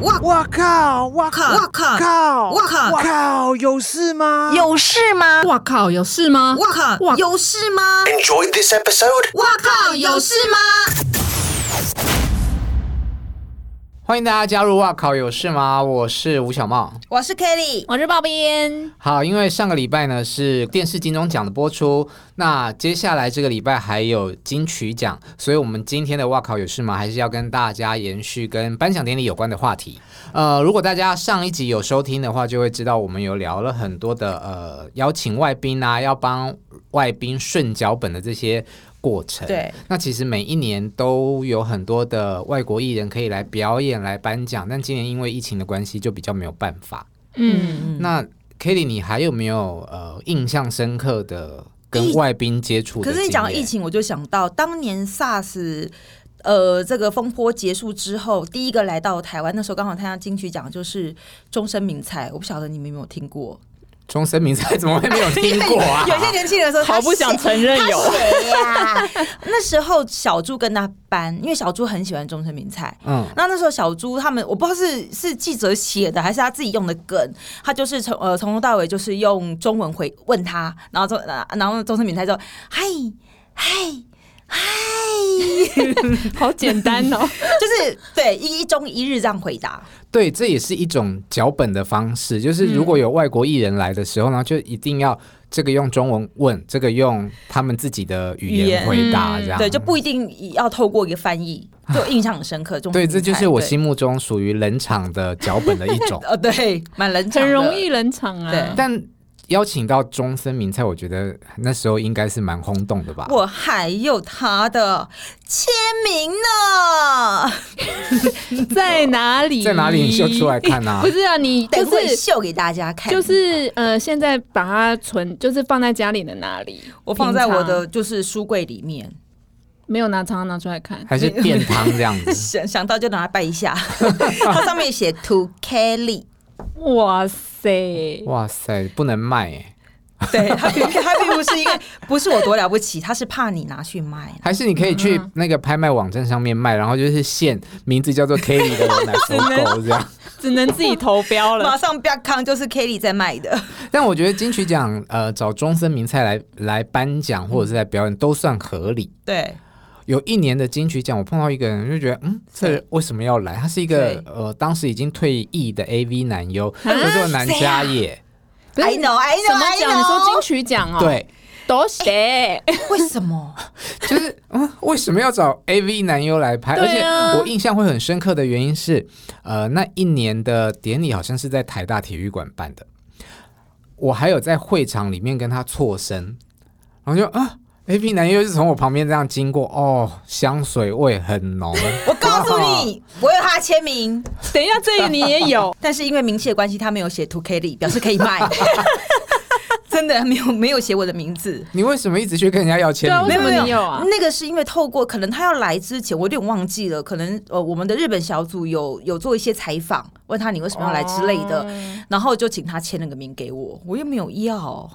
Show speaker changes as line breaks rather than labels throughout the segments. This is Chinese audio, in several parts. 哇靠！哇靠！
哇靠
靠！
哇靠
哇靠！有事吗？
有事吗？
哇靠，有事吗？
哇靠，有事吗？
Enjoyed this episode?
哇靠，有事吗？
欢迎大家加入哇靠有事吗？我是吴小茂。
我是 Kelly，
我是鲍边，
好，因为上个礼拜呢是电视金钟奖的播出，那接下来这个礼拜还有金曲奖，所以我们今天的哇靠有事吗？还是要跟大家延续跟颁奖典礼有关的话题。呃，如果大家上一集有收听的话，就会知道我们有聊了很多的呃邀请外宾啊，要帮外宾顺脚本的这些。过程
对，
那其实每一年都有很多的外国艺人可以来表演、来颁奖，但今年因为疫情的关系，就比较没有办法。
嗯，
那 Kelly，你还有没有呃印象深刻的跟
疫
外宾接触的
可
经验？
是你讲到疫情，我就想到当年 SARS，呃，这个风波结束之后，第一个来到台湾，那时候刚好参加金曲奖，就是终身名菜。我不晓得你们有没有听过？
终身名菜怎么会没 有听过啊？
有些年轻人说他
好不想
谁
承认有。
谁呀、 那时候小猪跟他班，因为小猪很喜欢终身名菜，
嗯，
那那时候小猪他们，我不知道是是记者写的还是他自己用的梗，他就是从呃从头到尾就是用中文回问他，然后中呃然后钟声明才说嗨嗨。嗨，
好简单 哦。
就是对一一中一日这样回答，
对，这也是一种脚本的方式，就是如果有外国艺人来的时候呢，就一定要这个用中文问，这个用他们自己的语
语言
言回答，这样、
对，就不一定要透过一个翻译，就印象很深刻。钟
对，这就是我
心。
心目中属于冷场的脚本的一种
呃，对，蛮冷场的，
很容易冷场啊。
对
但邀请到终身名菜，我觉得那时候应该是蛮轰动的吧。
我还有他的签名 呢，
在哪里？
在哪里你秀出来看 啊
不是啊，你就
等会
是
秀给大家看，
就是呃，现在把它存，就是放在家里的哪里？
我放在我的
平常
就是书柜里 面，
没有拿常常拿出来看。
还是便当这样子，
想想到就拿来拜一 下。它上面写 To Kelly，
哇塞，
哇塞，不能卖哎！
对，它 并它并不是因为不是我多了不起，它是怕你拿去卖。
还是你可以去那个拍卖网站上面卖，然后就是限名字叫做 Kelly 的人来收购这样。
只能自己投标
马
了。
上不要康就是 Kelly 在卖的，
但我觉得金曲奖呃找终身名菜来来颁奖或者是来表演都算合理。
对
有一年的金曲奖，我碰到一个人就觉得，嗯，这为什么要来？他是一个
对
呃当时已经退役的 AV 男优，叫做南家野。
不是
，I know I
什
know
么
I
奖？你说
know，
金曲奖哦？，
对，
都写。
为什么？
就是嗯，为什么要找 AV 男优来拍？而
对
且
啊
我印象会很深刻的原因是，呃，那一年的典礼好像是在台大体育馆办的，我还有在会场里面跟他错身，然后就啊。A V 男优是从我旁边这样经过，哦，香水味很 浓。
我告诉你， 我有他的签名，
等一下，这里你也 有
但是因为名气的关系，他没有写 To Kelly，表示可以卖。真的没有没有写我的名字，
你为什么一直去跟人家要签
对啊，
名
为？什么
没有
你 有啊？
那个是因为透过可能他要来之前，我有点忘记了，可能呃我们的日本小组有有做一些采访，问他你为什么要来之类的，然后就请他签了个名给我，我又没有要，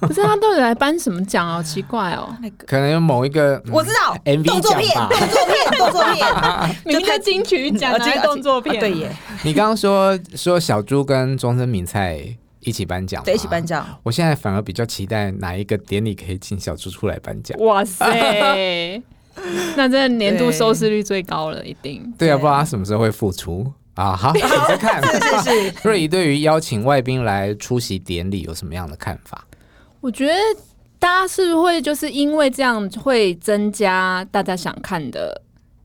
不是他到底来颁什么奖啊？好奇怪哦。
可能有某一个、嗯
我知道
MV
动作
奖
片，
吧
动。作片，动作片，
明明在金曲
啊
奖，
这
拿来动作片，
哦对，耶，
你刚刚说说小猪跟终身名菜一起颁奖吗，
对一起颁 奖，
我现在反而比较期待哪一个典礼可以请小猪出来颁奖。
哇 塞，那这年度收视率最高了，一定。
对啊，不知道他什么时候会复出啊？ 好，等着看。
是
瑞怡对于邀请外宾来出席典礼有什么样的看法？
我觉得大家是不是会就是因为这样会增加大家想看的，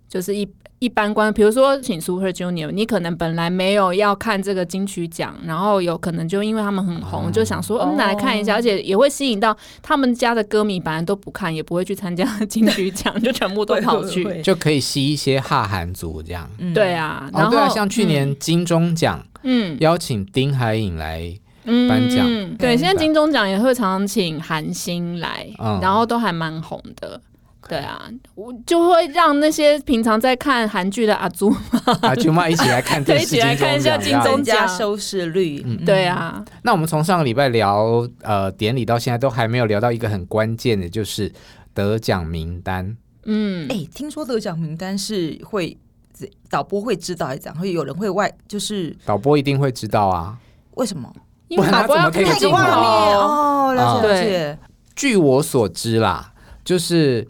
就是一。一般观，比如说请 Super Junior，你可能本来没有要看这个金曲奖，然后有可能就因为他们很红，就想说嗯拿来看一下，而且也会吸引到他们家的歌迷，本来都不看，也不会去参加金曲奖，就全 部都跑 去。
对嗯
就可以吸一些哈韩族这样。
对啊，然
哦，
后、
对啊，像去年金钟奖
嗯
邀请丁海颖 来，
嗯
颁奖
嗯对，现在金钟奖也会常常请韩星来，
嗯
然后都还蛮红的。对啊，我就会让那些平常在看韩剧的阿朱，
啊，舅妈一起来 看
对
电视
一起
金钟
来看一下
奖这
金
样
增
钟
加收视率，嗯
对啊，
那我们从上个礼拜聊呃典礼到现在都还没有聊到一个很关键的，就是得奖名单。
嗯，
哎，听说得奖名单是会导播会知道，还是怎样？会有人会外就是
导播一定会知道啊。
为什么？
因为
不然
导播要
他怎么可以
看
进
镜
画面
头，
哦，了解
啊
了解。
据我所知啦，就是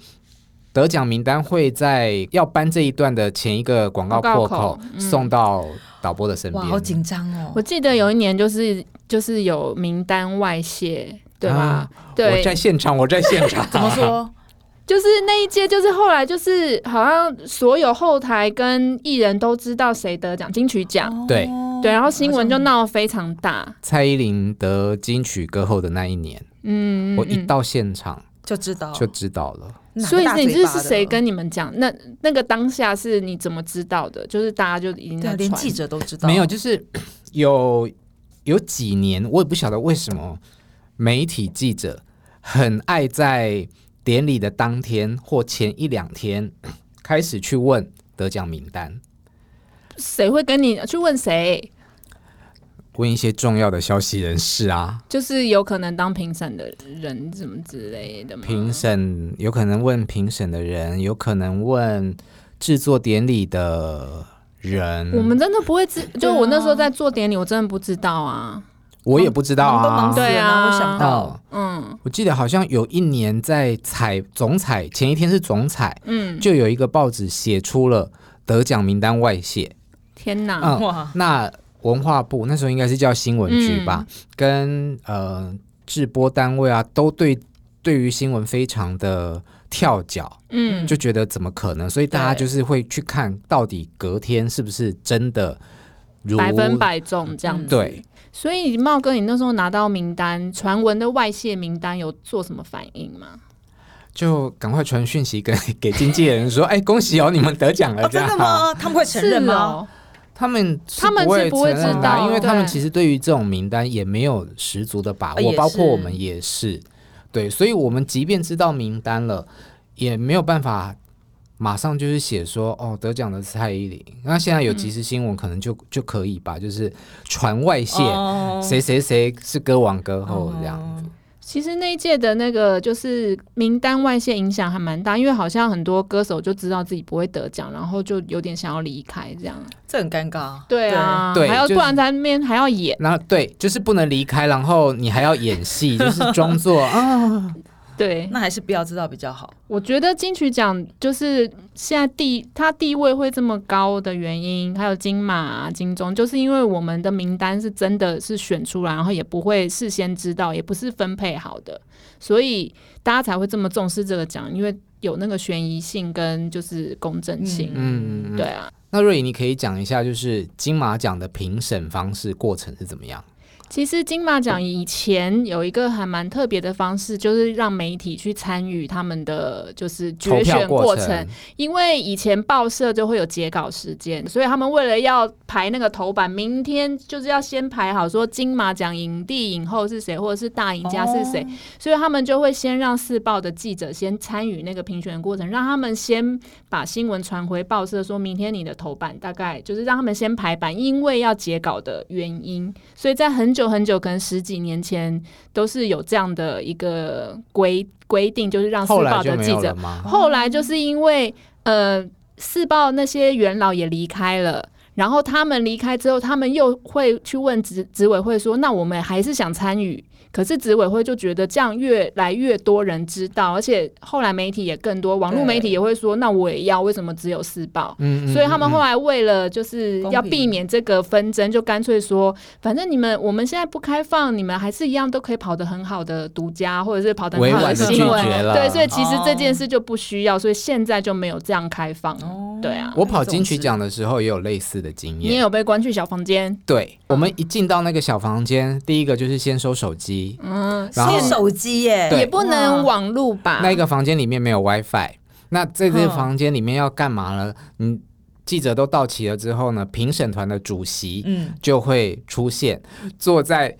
得奖名单会在要颁这一段的前一个广告
广告
破口
口嗯
送到导播的身
哇，
边。
好紧张哦！
我记得有一年就是就是有名单外泄，对吧？
啊我
对，
在现 场，我在现场。
怎么？ 说？
就是那一届，就是后来就是好像所有后台跟艺人都知道谁得奖金曲奖，
对
哦
对，然后新闻就闹得非常大。
蔡依林得金曲歌后的那一年，
嗯，嗯
我一
嗯哦
到现场
就知道，
就知道了。
哪个
所以
大
你
嘴
这
巴
是
的
谁跟你们讲？那那个当下是你怎么知道的？就是大家就已经
对啊
在
连
传
记者都知道，
没有，就是有有几年，我也不晓得为什么媒体记者很爱在典礼的当天或前一两天开始去问得奖名单，
谁会跟你去问谁？
问一些重要的消息人士啊，
就是有可能当评审的人什么之类的吗？
评审有可能问评审的人，有可能问制作典礼的人，
我们真的不会知，就我那时
啊
候在做典礼，我真的不知道啊。
我也不知道
忙都忙
啊
死，了
对啊
哪会想到
嗯
嗯
我记得好像有一年在采总采前一天是总采，
嗯，
就有一个报纸写出了得奖名单外泄。
天哪！
嗯，
哇，
那文化部那时候应该是叫新闻局吧，跟呃制播单位啊，都对对于新闻非常的跳脚，
嗯，
就觉得怎么可能？所以大家
对
就是会去看到底隔天是不是真的如
百分百嗯中这样
嗯
子。
对。
所以茂哥，你那时候拿到名单，传闻的外泄名单有做什么反应吗？
就赶快传讯息给给经纪人说，哎、恭喜哦，你们得奖了，
哦，
这
真的
样
吗？他们会承认吗？
哦？
他们
他们是不会
承认的
知
啊
道
因为他们
对
其实对于这种名单也没有十足的把
呃也
握，
是
包括我们也是，对，所以我们即便知道名单了，也没有办法马上就是写说哦得奖的是蔡依林，那现在有即时新闻可能就、就可以吧，就是传外泄、
哦
谁谁谁是歌王歌后
哦
这样子，
其实那一届的那个就是名单外泄影响还蛮大，因为好像很多歌手就知道自己不会得奖，然后就有点想要离开这样。
这很尴尬。
对啊，
对
还要
就是
不然在那边还要演。
然后对，就是不能离开，然后你还要演戏，就是 装作啊，
对
对，那还是不要知道比较好。
我觉得金曲奖就是现在地它地位会这么高的原因，还有金马、啊、金钟，就是因为我们的名单是真的是选出来，然后也不会事先知道，也不是分配好的，所以大家才会这么重视这个奖，因为有那个悬疑性跟就是公正性。
嗯，嗯嗯
对啊，
那瑞，你可以讲一下，就是金马奖的评审方式过程是怎么样？
其实金马奖以前有一个还蛮特别的方式，就是让媒体去参与他们的就是
投
决
票
选
过
过
程
程。，因为以前报社就会有截稿时间，所以他们为了要排那个头版，明天就是要先排好说金马奖影帝、影后是谁，或者是大赢家是
哦
谁，所以他们就会先让四报的记者先参与那个评选过程，让他们先把新闻传回报社，说明天你的头版大概就是让他们先排版，因为要截稿的原因，所以在很久很久，可能十几年前都是有这样的一个规规定，就是让四
后来
报
就
的
没
记
有
者
了吗？
后来就是因为呃，四报那些元老也离开了。然后他们离开之后，他们又会去问执执委会说：“那我们还是想参与。”可是执委会就觉得这样越来越多人知道，而且后来媒体也更多，网络媒体也会说：“那我也要，为什么只有四报？”
嗯
所以他们后
来
来为了就是要
公平
避免这个纷争，就干脆说，反正你们我们现在不开放，你们还是一样都可以跑得很好的独家，或者是跑得
委
很好
婉
的
的拒
新闻。
绝了。
对，所以其实这件
哦
事就不需要，所以现在就没有这样开放。
哦
对啊，
我跑金曲奖的时候也有类似的经
你也
验。
有被关去小房间，
对，我们一进到那个小房间，第一个就是先收手机，
嗯，
然后
是手机耶，
对
也不能
哇
网路吧？
那一个房间里面没有 WiFi。那在这个
嗯
房间里面要干嘛呢？嗯，记者都到齐了之后呢，评审团的主席
嗯，
就会出现，坐在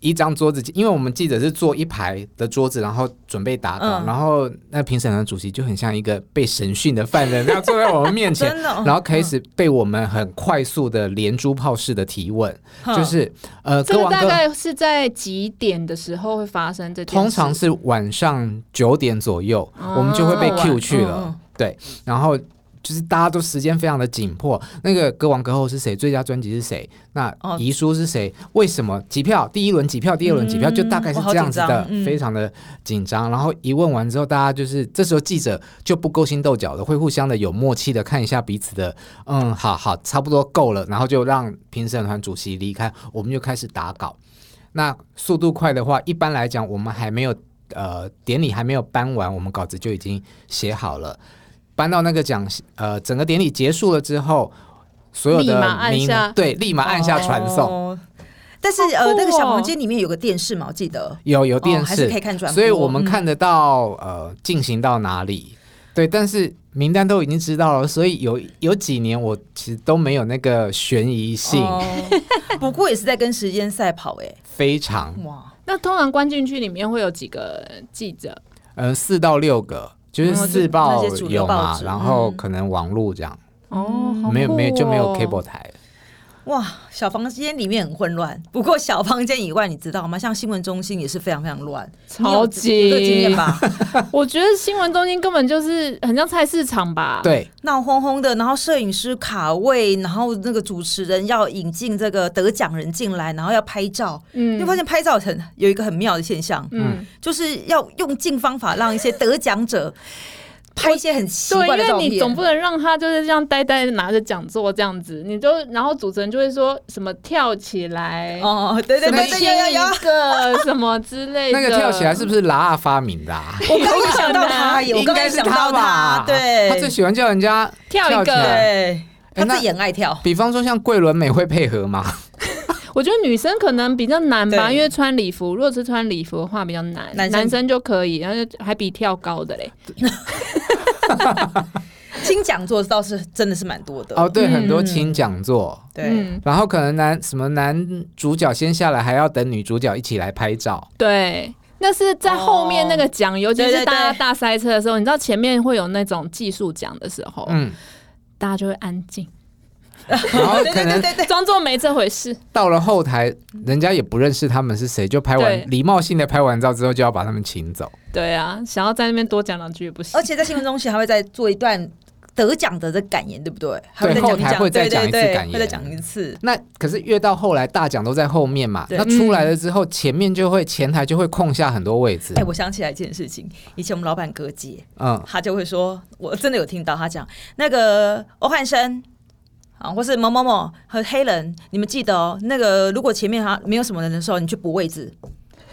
一张桌子前，因为我们记者是坐一排的桌子，然后准备打稿，
嗯
然后那评审团主席就很像一个被审讯的犯人，然后坐在我们面前，
真的哦，
然后开始被我们很快速的连珠炮式的提问，
哼
就是呃，
这
歌
个
王
大
歌
概是在几点的时候会发生这件事？
通常是晚上九点左右，我们就会被
哦
Q 去了，
嗯嗯
对，然后就是大家都时间非常的紧迫。那个歌王歌后是谁？最佳专辑是谁？那
哦
遗书是谁？为什么几票？第一轮几票？第二轮几票？
嗯
就大概是这样子
我好
的
紧张，嗯
非常的紧张。然后一问完之后，大家就是这时候记者就不勾心斗角的，会互相的有默契的看一下彼此的，嗯，好好，差不多够了，然后就让评审团主席离开，我们就开始打稿。那速度快的话，一般来讲，我们还没有呃典礼还没有颁完，我们稿子就已经写好了。颁到那个奖，呃，整个典礼结束了之后，所有
立马
的
按
名
下
对立马按下传送，
哦但是、
好酷
呃，
哦
那个小房间里面有个电视嘛，我记得。
有有
哦
电
还
视，
是可以看转播
所以我们看得到、呃进行到哪里。对，但是名单都已经知道了，所以有有几年我其实都没有那个悬疑性，
哦不过也是在跟时间赛跑哎、
非常
哇！
那通常关进去里面会有几个记者？
呃四到六个，就是
嗯就
四报
那些主流
有嘛
报，纸
然后
嗯
可能网络这样，
哦，好
没有没有
酷
就没有
哦
cable 台。
哇，小房间里面很混乱。不过小房间以外，你知道吗？像新闻中心也是非常非常乱，你有
超
这
级
个经验吧？
我觉得新闻中心根本就是很像菜市场吧？，
对，
闹哄哄的，然后摄影师卡位，然后那个主持人要引进这个得奖人进来，然后要拍照。
嗯
你会发现拍照很有一个很妙的现象，
嗯，
就是要用尽方法让一些得奖者拍一些很奇
对，
怪
因
的照片。
为
啊
你总不能让他就是这样呆呆地拿着讲座这样子，你就然后主持人就会说什么跳起来，
哦，对对
什么
对对
亲
对，有有有
一个 什么之
哎
类的。
那个跳起来是不是拉拉发明的、啊？
我刚刚想到他，哎我
应
刚
该
刚
是
想到
吧？
对，
他最喜欢叫人家
跳一个
起来
对，他自己也很爱跳。
比方说像桂纶镁会配合吗？
我觉得女生可能比较难吧，
对
因为穿礼服，如果是穿礼服的话比较难，
男
男
生
生就可以，然后就还比跳高的嘞。
听讲座倒是真的是蛮多的
哦，对，
嗯
很多轻讲座，
对，，
然后可能男什么男主角先下来，还要等女主角一起来拍照。
对，那是在后面那个奖，尤其
哦对
是
对
大家
对
大塞车的时候，你知道前面会有那种技术奖的时
哦
候，
嗯，
大家就会安静，
然后
对对
可
对
能
对对，
装作没这回事。
到了后台，人家也不认识他们是谁，就拍
对
完礼貌性的拍完照之后，就要把他们请走。
对啊，想要在那边多讲两句也不行
而。且在新闻中心还会再做一段得奖的的感言，对不对？还会
对
再讲一
后台
讲，
会再
对对
讲一次
对
感言
会再讲一次。
那可是越到后来，大奖都在后面嘛，
对
那出来了之后，前面就会前台就会空下很多位置
哎，。我想起来一件事情，以前我们老板葛姐，
嗯，
她就会说，我真的有听到她讲那个欧汉生。啊，或是某某某和黑人，你们记得哦。那个，如果前面他没有什么人的时候，你去补位置，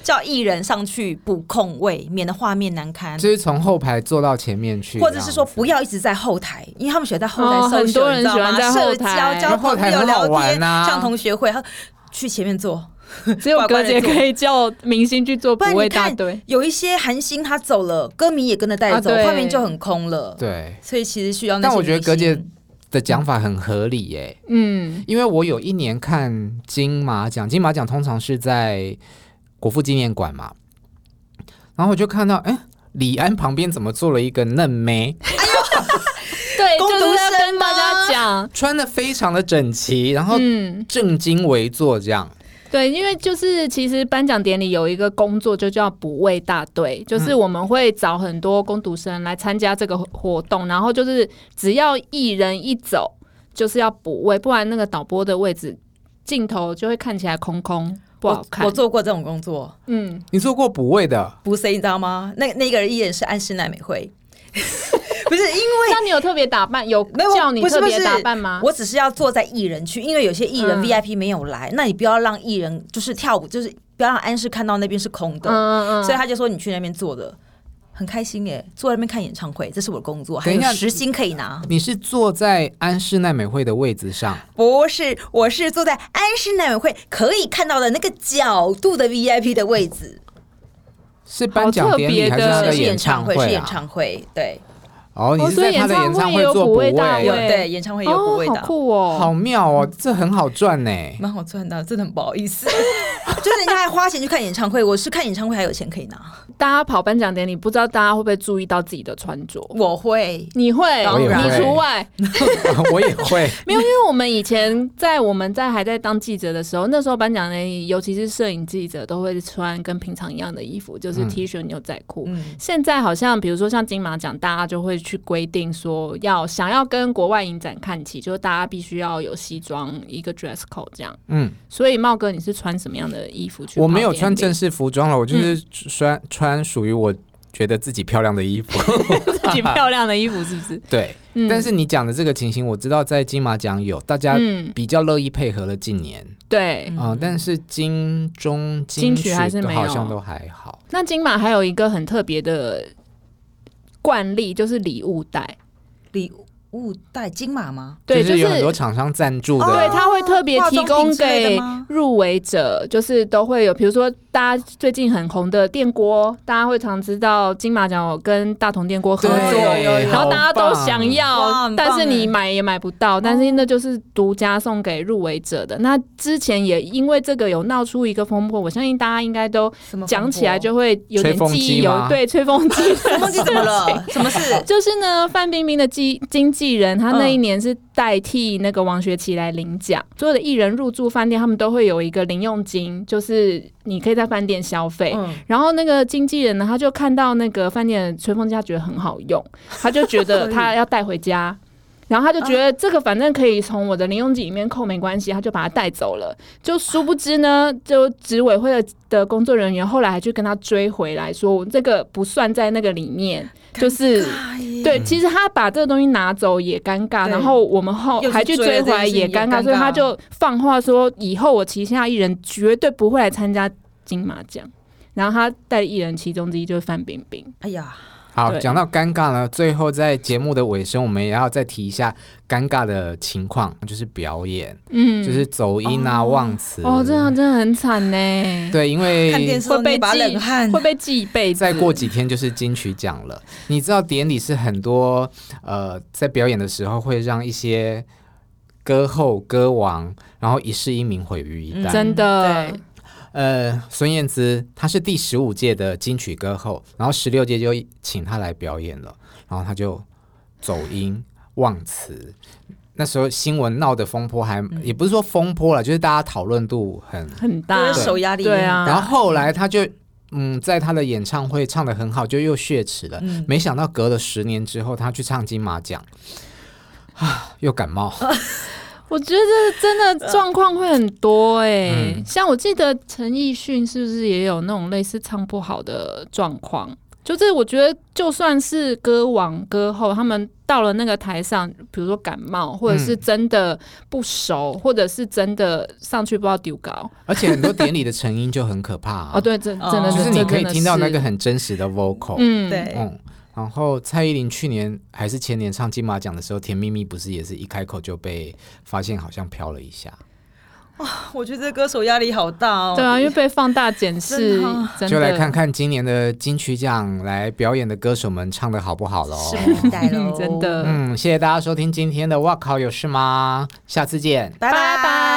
叫艺人上去补空位，免得画面难堪。
就是从后排坐到前面去，
或者是说
这样子
不要一直在后台，因为他们喜欢在后台
哦
搜、
很多人
你知道吗
喜欢在后台
社交、交
后
朋
台
友、
很好
聊
玩
天、
啊
像同学会，他去前面坐。
只有
乖乖
哥
地
姐
做
可以叫明星去做
不
不
然
会
你
大
看
队。，
有一些韩星他走了，歌迷也跟着带走，
啊对
画、面就很空了。
对
所以其实需要那些
但我觉得
明星
葛姐的讲法很合理耶、
嗯，
因为我有一年看金马奖，金马奖通常是在国父纪念馆嘛，然后我就看到，哎，李安旁边怎么坐了一个嫩妹，
对，
攻
就是
读
要
生
跟大家讲，
穿的非常的整齐，然后
嗯，
正襟危坐这样。
对，因为就是其实颁奖典礼有一个工作就叫补位大队，
嗯
就是我们会找很多工读生来参加这个活动，然后就是只要艺人一走，就是要补位，不然那个导播的位置镜头就会看起来空空不好
我
看。
我做过这种工作，
嗯，
你做过补位的？
不是你知道吗？那那个人依然是安室奈美惠， 不是因为。
那你有特别打扮？有
没有
叫你
不是
特别
不是
打扮吗？
我只是要坐在艺人区，因为有些艺人
嗯
VIP 没有来，那你不要让艺人就是跳舞，就是不要让安室看到那边是空的，
嗯嗯
所以他就说你去那边坐的。很开心耶，坐在那边看演唱会，这是我的工作，还
等一
有
下
时薪可以拿。
你是坐在安室奈美惠的位置上，
不是，我是坐在安室奈美惠可以看到的那个角度的 VIP 的位置，
是颁奖典礼
好特别
还
的
是他
呃
的
是演唱
会
会，
啊？
是演唱会，对，
哦，你
哦
是
所以
在他的
演
演
唱
唱
会
会
有
做
补
补
位大
有
会
位，
对演唱会有不
哦
味，
好
道。
酷哦！
好妙哦，这很好 赚呢。
蛮好赚的啊，真的很不好意思， 就是人家还花钱去看演唱会，我是看演唱会还有钱可以拿，
大家跑颁奖典礼，不知道大家会不会注意到自己的穿着？
我会
你会，
我也
你
会
除外。
我也会，
没有，因为我们以前在我们在还在当记者的时候，那时候颁奖典礼，尤其是摄影记者，都会穿跟平常一样的衣服，就是
嗯
T 恤、牛仔裤。
嗯，
现在好像，比如说像金马奖，大家就会去规定说要想要跟国外影展看齐，就是大家必须要有西装一个 dress code 这样。
嗯，
所以茂哥，你是穿什么样的衣服去？
我没有穿正，式服装了，我就是
嗯
穿、穿属于我觉得自己漂亮的 衣服。
自己漂亮的衣服是不是？
对，
嗯
啊 但是你讲的这个情形，我知道在金马奖有，大家
嗯，
比较乐意配合了近年
嗯
对。
啊、但是金钟
金曲
曲
还是
都
没
好
有
像都还好。
那金马还有一个很特别的惯例，就是礼物袋，
礼物带哦金马吗？
对，
就是
是
有很多厂商赞助的，
哦
对，他会特别提供
化
给
妆品之类的吗
入围者，就是都会有，比如说大家最近很红的电锅，大家会常知道金马奖有跟大同电锅合
对
作，
有有有
然后大家都想
好棒
要
哇，
但是
很棒
你
哎
买也买不到，但是那就是独家送给入围者的。那之前也因为这个有闹出一个风波，我相信大家应该都
什么风波
讲起来就会有点
吹风
记
机
忆犹
吗
对 吹风机的
我忘记怎么 了，什么事？
就是呢，范冰冰的经经纪人，他那一年是代替那个王学圻来领奖。所有的艺人入住饭店，他们都会有一个零用金，就是你可以在饭店消费。
嗯
然后那个经纪人呢，他就看到那个饭店的吹风机，他觉得很好用，他就觉得他要带回家。然后他就觉得这个反正可以从我的零用金里面扣，没关系，他就把它带走了。就殊不知呢，就执委会的的工作人员后来还去跟他追回来说，我这个不算在那个里面，
嗯
就是
哎
对，其实他把这个东西拿走也尴尬，
对
然后我们后
又去
还去追回来也尴
追这件事情也尴尬
尬，所以他就放话说，以后我旗下艺人绝对不会来参加金马奖。然后他带艺人其中之一就是范冰冰，
哎呀，
好，
对
讲到尴尬呢，最后在节目的尾声，我们也要再提一下尴尬的情况，就是表演，
嗯，
就是走音啊、忘词
哦，真的真的很惨呢，
对，因
看电
为
视
会
会
被
被把
记
冷汗
会。被记一辈子。
再过几天就是金曲奖了。你知道典礼是很多呃，在表演的时候会让一些歌后、歌王，然后一世英名毁于一旦。
真的
对，
呃，孙燕姿她是第十五届的金曲歌后，然后十六届就请她来表演了，然后她就走音忘词。那时候新闻闹的风波还、
嗯
也不是说风波了，就是大家讨论度很。
很大
歌，手压力
对，啊，
然后后来她就嗯，在她的演唱会唱的很好，就又血池了。
嗯
没想到隔了十年之后，她去唱金马奖， 啊，又 感冒。
我觉得真的状况会很多哎、
嗯
像我记得陈奕迅是不是也有那种类似唱不好的状况？就是我觉得就算是歌王歌后，他们到了那个台上，比如说感冒，或者是
嗯
真的不熟，或者是真的上去不知道丢高。
而且很多典礼的成因就很可怕、啊
哦，对，真
哦
真的
就是你可
真
以
的
听到那
是
个很真实的 vocal。
嗯，
对，
嗯，然后蔡依林去年还是前年唱金马奖的时候，《甜蜜蜜》不是也是一开口就被发现好像飘了一下，
我觉得这歌手压力好大哦。
对啊，因为被放大检
真
视
的，
真的
就来看看今年的金曲奖来表演的歌手们唱的好不好喽。
拭
嗯
目 以待喽
，真的，
嗯，谢谢大家收听今天的《哇靠有事吗》，下次见。
拜
拜拜